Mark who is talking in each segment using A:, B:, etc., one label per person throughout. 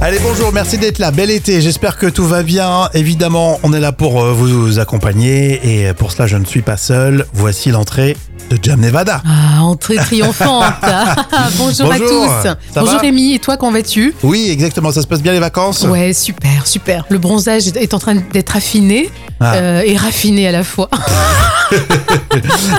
A: Allez bonjour, merci d'être là. Bel été, j'espère que tout va bien. Évidemment, on est là pour euh, vous accompagner et pour cela, je ne suis pas seul. Voici l'entrée de Jam Nevada.
B: Ah, entrée triomphante. Bonjour, à
A: Bonjour.
B: tous.
A: Ça
B: Bonjour
A: va
B: Rémi, et toi, qu'en vas-tu
A: Oui, exactement, ça se passe bien les vacances
B: Ouais, super, super. Le bronzage est en train d'être affiné
A: Ah.
B: euh, et raffiné à la fois.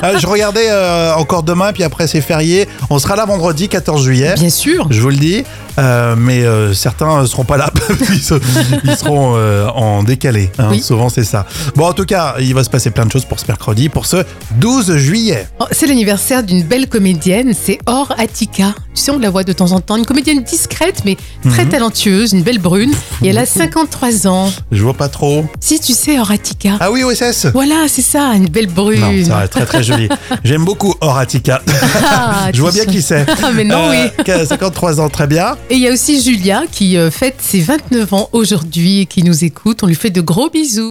A: Ah, Je regardais euh, encore demain, puis après c'est férié. On sera là vendredi 14 juillet.
B: Bien sûr.
A: Je vous le dis, euh, mais euh, certains euh, seront pas là, ils, se- ils seront euh, en décalé. hein,
B: Oui.
A: Souvent c'est ça. Bon, en tout cas, il va se passer plein de choses pour ce mercredi, pour ce 12 juillet.
B: Oh, C'est l'anniversaire d'une belle comédienne, c'est Or Attica. Tu sais, on la voit de temps en temps. Une comédienne discrète, mais très
A: Mhm.
B: talentueuse, une belle brune. Et elle a 53 ans.
A: Je vois pas trop.
B: Si tu sais, Or Attica.
A: Ah oui, OSS.
B: Voilà, c'est ça, une belle brune.
A: Non, ça va, très très joli. J'aime beaucoup Horatica.
B: Ah,
A: Je vois
B: tu
A: bien
B: sais.
A: qui Euh, c'est.
B: Ah, mais non, oui.
A: oui. 53 ans, très bien.
B: Et il y a aussi Julia qui euh, fête ses 29 ans aujourd'hui et qui nous écoute. On lui fait de gros bisous.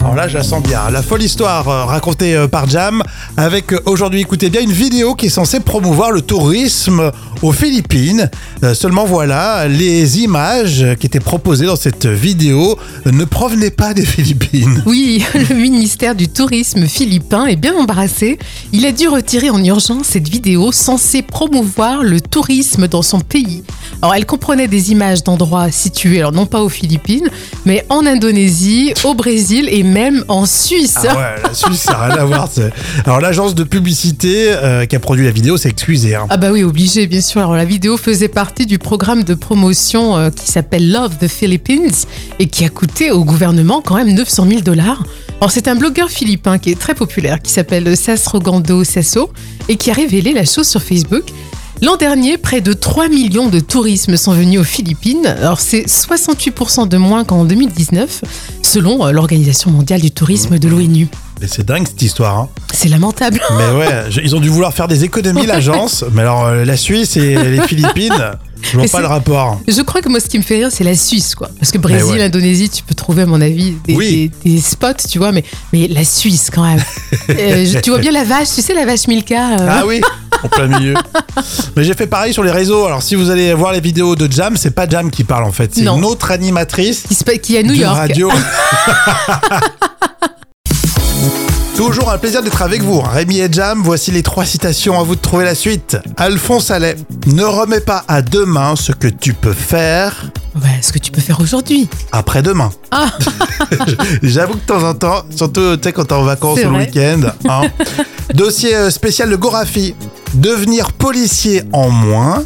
A: Alors là, je la sens bien. La folle histoire euh, racontée euh, par Jam avec euh, aujourd'hui, écoutez bien, une vidéo qui est censée promouvoir le tourisme aux Philippines. Euh, seulement voilà, les images qui étaient proposées dans cette vidéo ne provenaient pas des Philippines.
B: Oui, le ministère du Tourisme philippin est bien embarrassé. Il a dû retirer en urgence cette vidéo censée promouvoir le tourisme dans son pays. Alors, elle comprenait des images d'endroits situés, alors non pas aux Philippines, mais en Indonésie, au Brésil et même en Suisse.
A: Ah ouais, la Suisse, ça n'a rien à voir. c'est- Alors l'agence de publicité euh, qui a produit la vidéo s'est excusée. hein.
B: Ah bah oui, obligé, bien sûr. Alors la vidéo faisait partie du programme de promotion euh, qui s'appelle Love the Philippines et qui a coûté au gouvernement quand même 900 000 dollars. Alors c'est un blogueur philippin qui est très populaire, qui s'appelle Sasrogando Sasso et qui a révélé la chose sur Facebook. L'an dernier, près de 3 millions de touristes sont venus aux Philippines. Alors c'est 68% de moins qu'en 2019, selon euh, l'Organisation mondiale du tourisme de l'ONU.
A: Mais c'est dingue cette histoire. hein.
B: C'est lamentable.
A: Mais ouais, je- ils ont dû vouloir faire des économies, l'agence. Mais alors, euh, la Suisse et les Philippines, je vois
B: Mais
A: pas
B: c'est-
A: le rapport.
B: Je crois que moi, ce qui me fait rire, c'est la Suisse, quoi. Parce que Brésil,
A: ouais.
B: Indonésie, tu peux trouver, à mon avis, des,
A: Oui.
B: des- des spots, tu vois, mais, mais la Suisse, quand même. Euh, je- tu vois bien la vache, tu sais, la vache Milka. euh,
A: Ah oui, en plein milieu. Mais j'ai fait pareil sur les réseaux. Alors, si vous allez voir les vidéos de Jam, c'est pas Jam qui parle en fait. C'est
B: Non.
A: une autre animatrice
B: Qui, se pa- qui est à New
A: d'une
B: York.
A: radio. Toujours un plaisir d'être avec vous. Rémi et Jam, voici les trois citations à vous de trouver la suite. Alphonse Allais, ne remets pas à demain ce que tu peux faire
B: Ouais, ce que tu peux faire aujourd'hui.
A: après-demain.
B: Ah.
A: J'avoue que de temps en temps, surtout tu sais, quand t'es en vacances
B: C'est
A: ou le
B: vrai.
A: week-end. hein. Dossier euh, spécial de Gorafi. Devenir policier en moins,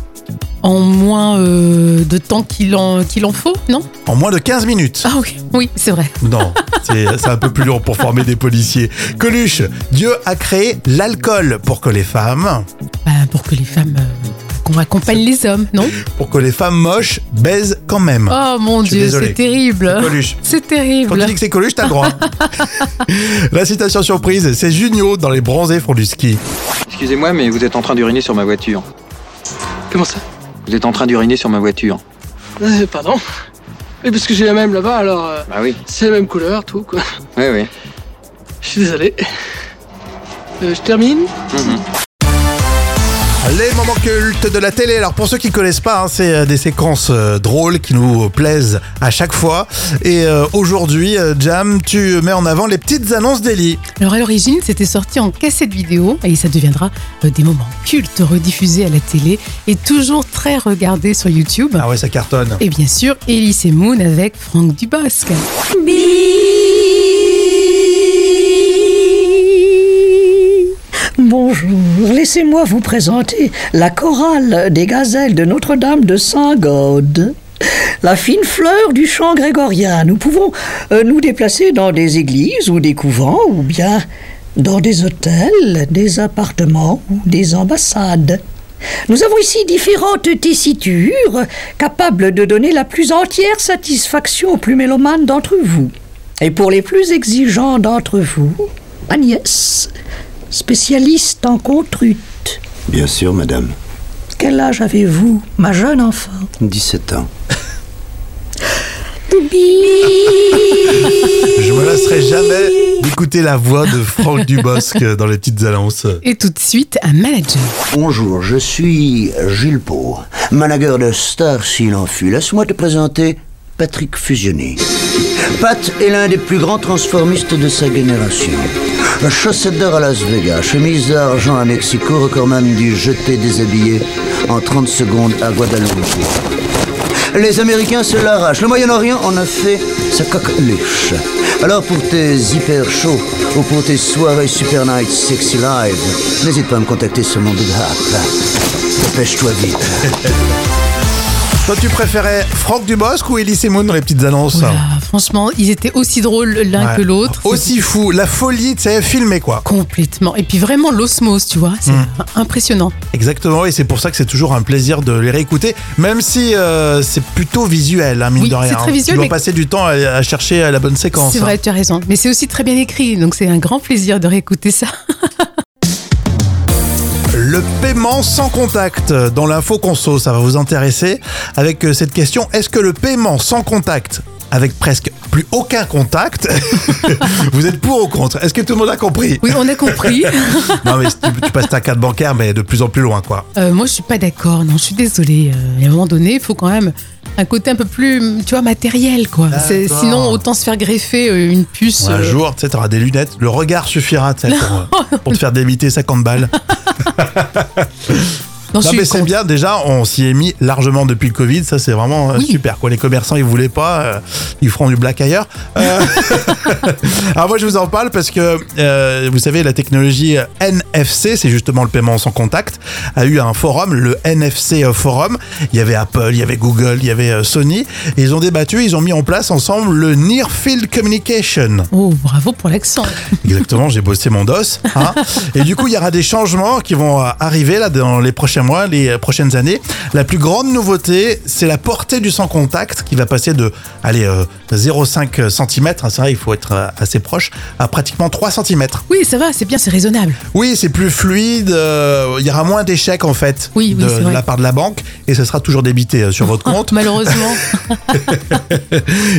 B: En moins euh, de temps qu'il en, qu'il en faut, non
A: en moins de 15 minutes.
B: Ah oui, oui, c'est vrai.
A: Non, c'est c'est un peu plus long pour former des policiers. Coluche, Dieu a créé l'alcool pour que les femmes,
B: Bah, pour que les femmes... euh, qu'on accompagne les hommes, non
A: pour que les femmes moches baisent quand même.
B: Oh mon
A: Ah, Je suis
B: dieu,
A: désolé.
B: c'est terrible.
A: Coluche.
B: C'est
A: Quand tu
B: terrible.
A: dis que c'est Coluche, t'as le droit. La citation surprise, c'est Junio dans les bronzés font du ski.
C: Excusez-moi, mais vous êtes en train d'uriner sur ma voiture.
D: Comment ça
C: Vous êtes en train d'uriner sur ma voiture.
D: Euh, Pardon Mais parce que j'ai la même là-bas, alors euh,
C: Bah oui.
D: c'est la même couleur, tout quoi.
C: Oui, oui.
D: Je suis désolé. Euh, je termine.
A: Les moments cultes de la télé. Alors pour ceux qui connaissent pas, hein, c'est euh, des séquences euh, drôles qui nous plaisent à chaque fois. Et euh, aujourd'hui, euh, Jam, tu mets en avant les petites annonces d'Eli.
B: Alors à l'origine, c'était sorti en cassette vidéo et ça deviendra euh, des moments cultes rediffusés à la télé et toujours très regardés sur YouTube.
A: Ah ouais, ça cartonne.
B: Et bien sûr, Elise et Moon avec Franck Dubosc.
E: Bonjour, laissez-moi vous présenter la chorale des gazelles de Notre-Dame de Saint-Gaude. La fine fleur du chant grégorien. Nous pouvons euh, nous déplacer dans des églises ou des couvents ou bien dans des hôtels, des appartements ou des ambassades. Nous avons ici différentes tessitures capables de donner la plus entière satisfaction aux plus mélomanes d'entre vous. Et pour les plus exigeants d'entre vous, Agnès, spécialiste en contrute.
F: Bien sûr, madame.
E: Quel âge avez-vous, ma jeune enfant
F: 17 ans.
A: Je me lasserai jamais du d'écouter la voix de Franck Dubosc dans les petites annonces.
B: Et tout de suite, un manager.
F: Bonjour, je suis Gilles Pau, manager de Star s'il en fut. Laisse-moi te présenter Patrick Fusionné. Pat est l'un des plus grands transformistes de sa génération. Chaussette d'or à Las Vegas, chemise d'argent à Mexico, recordman du jeté déshabillé en 30 secondes à Guadalupe. Les Américains se l'arrachent. Le Moyen-Orient en a fait sa coqueluche. Alors pour tes hyper chauds ou pour tes soirées super night sexy live, n'hésite pas à me contacter sur mon hap. Dépêche-toi vite.
A: Toi, tu préférais Franck Dubosc ou Elise Moon dans les petites annonces
B: Oula, franchement, ils étaient aussi drôles l'un
A: Ouais.
B: que l'autre.
A: Aussi fou, la folie, tu sais, filmé quoi.
B: Complètement. Et puis vraiment l'osmose, tu vois,
A: Hmm.
B: c'est impressionnant.
A: Exactement, et c'est pour ça que c'est toujours un plaisir de les réécouter, même si euh, c'est plutôt visuel, hein, mine
B: Oui,
A: de rien.
B: c'est très visuel,
A: Ils vont
B: mais-
A: passer du temps à, à chercher la bonne séquence.
B: C'est
A: hein.
B: vrai, tu as raison. Mais c'est aussi très bien écrit, donc c'est un grand plaisir de réécouter ça.
A: Le paiement sans contact euh, dans l'info conso, ça va vous intéresser avec euh, cette question. Est-ce que le paiement sans contact avec presque plus aucun contact, vous êtes pour ou contre Est-ce que tout le monde a compris
B: Oui, on a compris.
A: Non mais tu, tu passes ta carte bancaire mais de plus en plus loin quoi.
B: Euh, moi, je suis pas d'accord. Non, je suis désolée. Euh, à un moment donné, il faut quand même un côté un peu plus, tu vois, matériel, quoi. C'est-
A: D'accord.
B: Sinon, autant se faire greffer euh, une puce.
A: Un
B: euh,
A: jour, tu sais, t'auras des lunettes, le regard suffira tu sais, pour, euh, pour te faire débiter 50 balles.
B: Non, je
A: Non
B: suis
A: mais c'est
B: contre.
A: bien déjà, on s'y est mis largement depuis le Covid, ça c'est vraiment euh,
B: Oui.
A: super quoi. Les commerçants ils voulaient pas, euh, ils feront du black ailleurs. Euh, Alors moi je vous en parle parce que euh, vous savez la technologie euh, NFC, c'est justement le paiement sans contact, a eu un forum, le NFC euh, Forum. Il y avait Apple, il y avait Google, il y avait euh, Sony. Et ils ont débattu, ils ont mis en place ensemble le Near Field Communication.
B: Oh, bravo pour l'accent.
A: Exactement, j'ai bossé mon dos. hein. Et du coup, il y aura des changements qui vont euh, arriver là dans les prochains mois, les euh, prochaines années. La plus grande nouveauté, c'est la portée du sans contact qui va passer de allez euh, 0,5 cm, c'est vrai, il faut être euh, assez proche, à pratiquement 3 cm.
B: Oui, ça va, c'est bien, c'est raisonnable.
A: Oui, c'est plus fluide, euh, il y aura moins d'échecs en fait
B: Oui, oui,
A: de,
B: c'est
A: de
B: vrai.
A: la part de la banque et ça sera toujours débité euh, sur votre compte.
B: Malheureusement.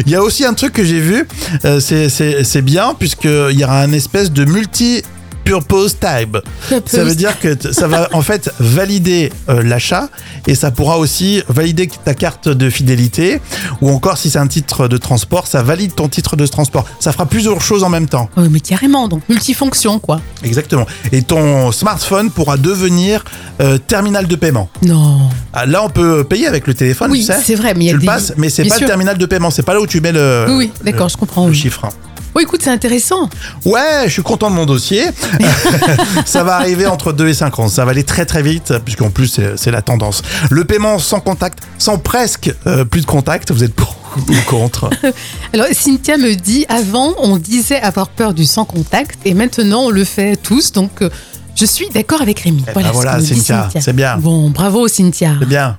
A: Il y a aussi un truc que j'ai vu, euh, c'est- c'est c'est bien, puisqu'il y aura un espèce de multi purpose type. Ça veut dire que t- ça va en fait valider euh, l'achat et ça pourra aussi valider ta carte de fidélité ou encore si c'est un titre de transport, ça valide ton titre de transport. Ça fera plusieurs choses en même temps.
B: Ouais, mais carrément, donc multifonction, quoi.
A: Exactement. Et ton smartphone pourra devenir euh, terminal de paiement.
B: Non.
A: Ah, Là, on peut payer avec le téléphone,
B: oui,
A: tu sais.
B: c'est vrai, mais il y a
A: Tu le
B: des.
A: passes, mais c'est
B: Bien
A: pas le
B: sûr.
A: terminal de paiement. C'est pas là où tu mets le,
B: Oui, oui, d'accord, je comprends.
A: le
B: oui.
A: chiffre. hein.
B: Oh, écoute, c'est intéressant.
A: Ouais, je suis content de mon dossier. ça va arriver entre 2 et 5 ans. Ça va aller très très vite, puisqu'en plus c'est- c'est la tendance. Le paiement sans contact, sans presque euh, plus de contact, vous êtes pour ou contre
B: Alors, Cynthia me dit avant, on disait avoir peur du sans contact, et maintenant, on le fait tous, donc euh, je suis d'accord avec Rémi.
A: ben
B: ce
A: voilà,
B: que me dit
A: Cynthia, c'est bien.
B: Bon, bravo, Cynthia.
A: C'est Eh bien.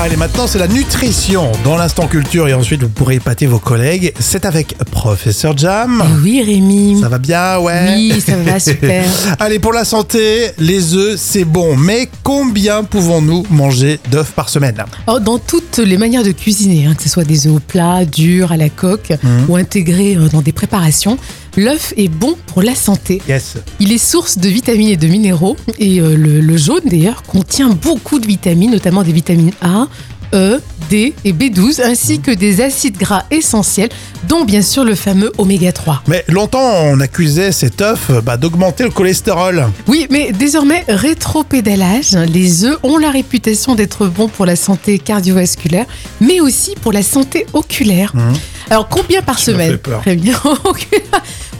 A: Allez, maintenant c'est la nutrition dans l'instant culture et ensuite vous pourrez épater vos collègues. C'est avec Professeur Jam.
B: Eh oui, Rémi.
A: Ça va bien, ouais.
B: Oui, ça va super.
A: Allez, pour la santé, les œufs, c'est bon. Mais combien pouvons-nous manger d'œufs par semaine
B: Alors, Oh, dans toutes les manières de cuisiner, hein, que ce soit des œufs au plat, durs, à la coque,
A: Mhm.
B: ou intégrés euh, dans des préparations, l'œuf est bon pour la santé.
A: Yes.
B: Il est source de vitamines et de minéraux. Et euh, le, le jaune, d'ailleurs, contient beaucoup de vitamines, notamment des vitamines A, E, D et B12, ainsi que des acides gras essentiels, dont bien sûr le fameux oméga 3.
A: Mais longtemps, on accusait cet œuf euh, bah, d'augmenter le cholestérol.
B: Oui, mais désormais, rétropédalage, hein, les œufs ont la réputation d'être bons pour la santé cardiovasculaire, mais aussi pour la santé oculaire.
A: Mhm.
B: Alors, combien par
A: m'as
B: semaine
A: fait peur.
B: Rémi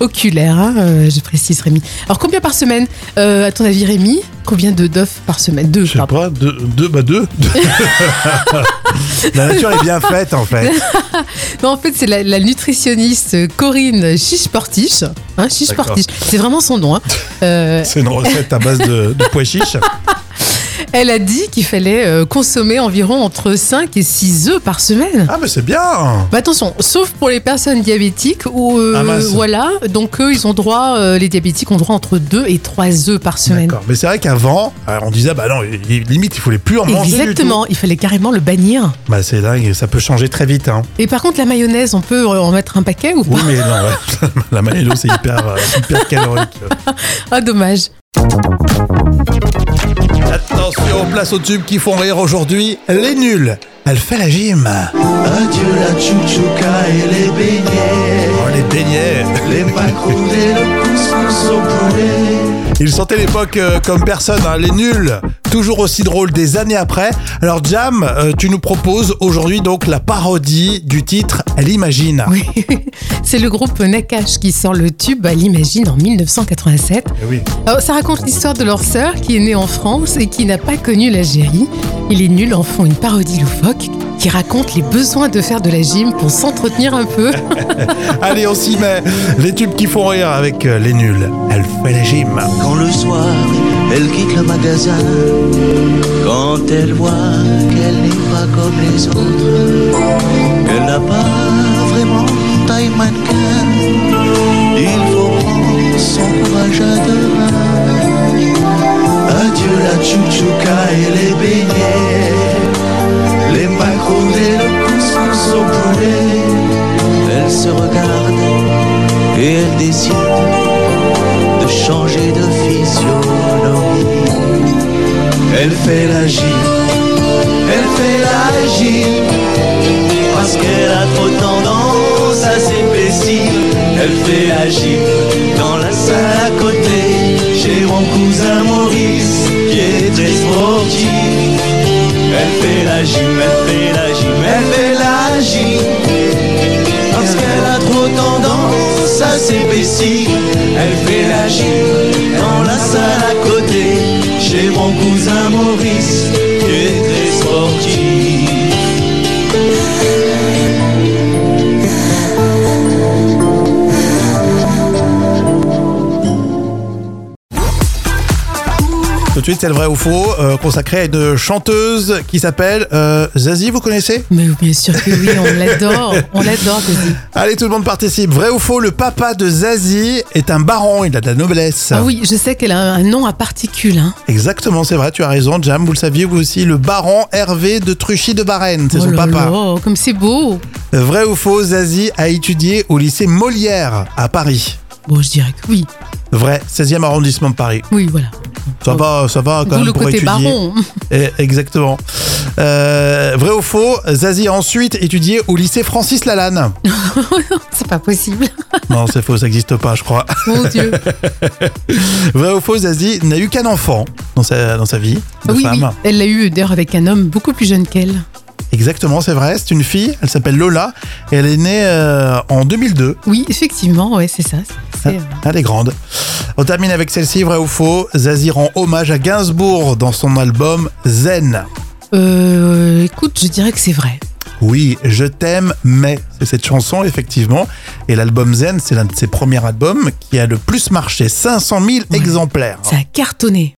B: Oculaire, hein, euh, je précise Rémi. Alors, combien par semaine Euh, À ton avis, Rémi, combien de d'œufs par semaine Deux, pardon.
A: pas, deux, deux, bah deux. La nature est bien faite en fait.
B: Non, en fait, c'est la, la nutritionniste euh, Corinne Chiche-Portiche. Hein, Chiche-Portiche, c'est vraiment son nom. hein. Euh,
A: C'est une recette à base de, de pois chiches.
B: Elle a dit qu'il fallait euh, consommer environ entre 5 et 6 œufs par semaine.
A: Ah, mais c'est bien
B: Bah, attention, sauf pour les personnes diabétiques où euh,
A: Ah, mince.
B: voilà, donc eux ils ont droit euh, les diabétiques ont droit entre 2 et 3 œufs par semaine.
A: D'accord. Mais c'est vrai qu'avant, euh, on disait, bah non, il- il- limite, il faut les plus en manger. du
B: Exactement, il fallait carrément le bannir.
A: tout. Bah c'est dingue, ça peut changer très vite. Hein.
B: Et par contre la mayonnaise, on peut en mettre un paquet ou pas
A: Oui, mais non, ouais. la mayonnaise, c'est hyper, euh, hyper calorique.
B: Ah dommage.
A: Attention, place aux tubes qui font rire aujourd'hui. Les nuls, elle fait la gym.
G: Adieu la chouchouka et les beignets,
A: Oh, les beignets
G: les macarons et le couscous au poulet.
A: Ils sentaient l'époque euh, comme personne, hein, les nuls. Toujours aussi drôle des années après. Alors Jam, euh, tu nous proposes aujourd'hui donc la parodie du titre Elle imagine.
B: Oui. C'est le groupe Nakash qui sort le tube à l'imagine en 1987.
A: Eh oui.
B: Alors, ça raconte l'histoire de leur sœur qui est née en France et qui n'a pas connu l'Algérie. Et les nuls en font une parodie loufoque qui raconte les besoins de faire de la gym pour s'entretenir un peu.
A: Allez, on s'y met. Les tubes qui font rire avec euh, les nuls. Elle fait la gym.
G: Quand le soir, elle quitte le magasin, quand elle voit qu'elle n'est pas comme les autres, qu'elle n'a pas vraiment taille mannequin, il faut prendre son courage à deux mains. Adieu la chouchouka et les beignets, les macarons et le couscous au poulet. Elle se regarde et elle décide de changer de physionomie. Elle fait la gym, elle fait la gym, parce qu'elle a trop tendance à s'épaissir. Elle fait la gym dans la salle à côté, chez mon cousin Maurice, qui est très sportif. Elle fait la gym, elle fait la gym, elle fait la gym. Parce qu'elle a trop tendance à s'épaissir Elle fait la gym dans la salle à côté Chez mon cousin Maurice qui est très sportif
A: Tout de suite, c'est le vrai ou faux, euh, consacré à une chanteuse qui s'appelle euh, Zazie, vous connaissez
B: Mais bien sûr que oui, on l'adore. On l'adore, Zazie.
A: Allez, tout le monde participe. Vrai ou faux, le papa de Zazie est un baron, il a de la noblesse.
B: Ah oui, je sais qu'elle a un nom à particules. hein.
A: Exactement, c'est vrai, tu as raison, Jam, vous le saviez vous aussi, le baron Hervé de Truchy de Varennes, c'est
B: Oh
A: son
B: là
A: papa.
B: là, comme c'est beau.
A: Vrai ou faux, Zazie a étudié au lycée Molière à Paris.
B: Bon, je dirais que oui.
A: Vrai, 16e arrondissement de Paris.
B: Oui, voilà.
A: Ça va, ça va quand
B: Oh. D'où
A: même
B: le
A: pour
B: côté
A: étudier.
B: baron.
A: Eh, exactement. Euh, vrai ou faux, Zazie a ensuite étudié au lycée Francis Lalanne.
B: C'est pas possible.
A: non, c'est faux, ça n'existe pas, je crois.
B: Mon Dieu.
A: Vrai ou faux, Zazie n'a eu qu'un enfant dans sa, dans sa vie de
B: Ah oui, oui.
A: femme.
B: Elle l'a eu d'ailleurs avec un homme beaucoup plus jeune qu'elle.
A: Exactement, c'est vrai, c'est une fille, elle s'appelle Lola, et elle est née euh, en 2002.
B: Oui, effectivement, ouais, c'est ça. C'est- c'est, euh,
A: Elle est grande. On termine avec celle-ci, vrai ou faux, Zazie rend hommage à Gainsbourg dans son album Zen.
B: Euh, écoute, je dirais que c'est vrai.
A: Oui, je t'aime, mais c'est cette chanson, effectivement. Et l'album Zen, c'est l'un de ses premiers albums qui a le plus marché, 500 000 exemplaires.
B: Ça a cartonné.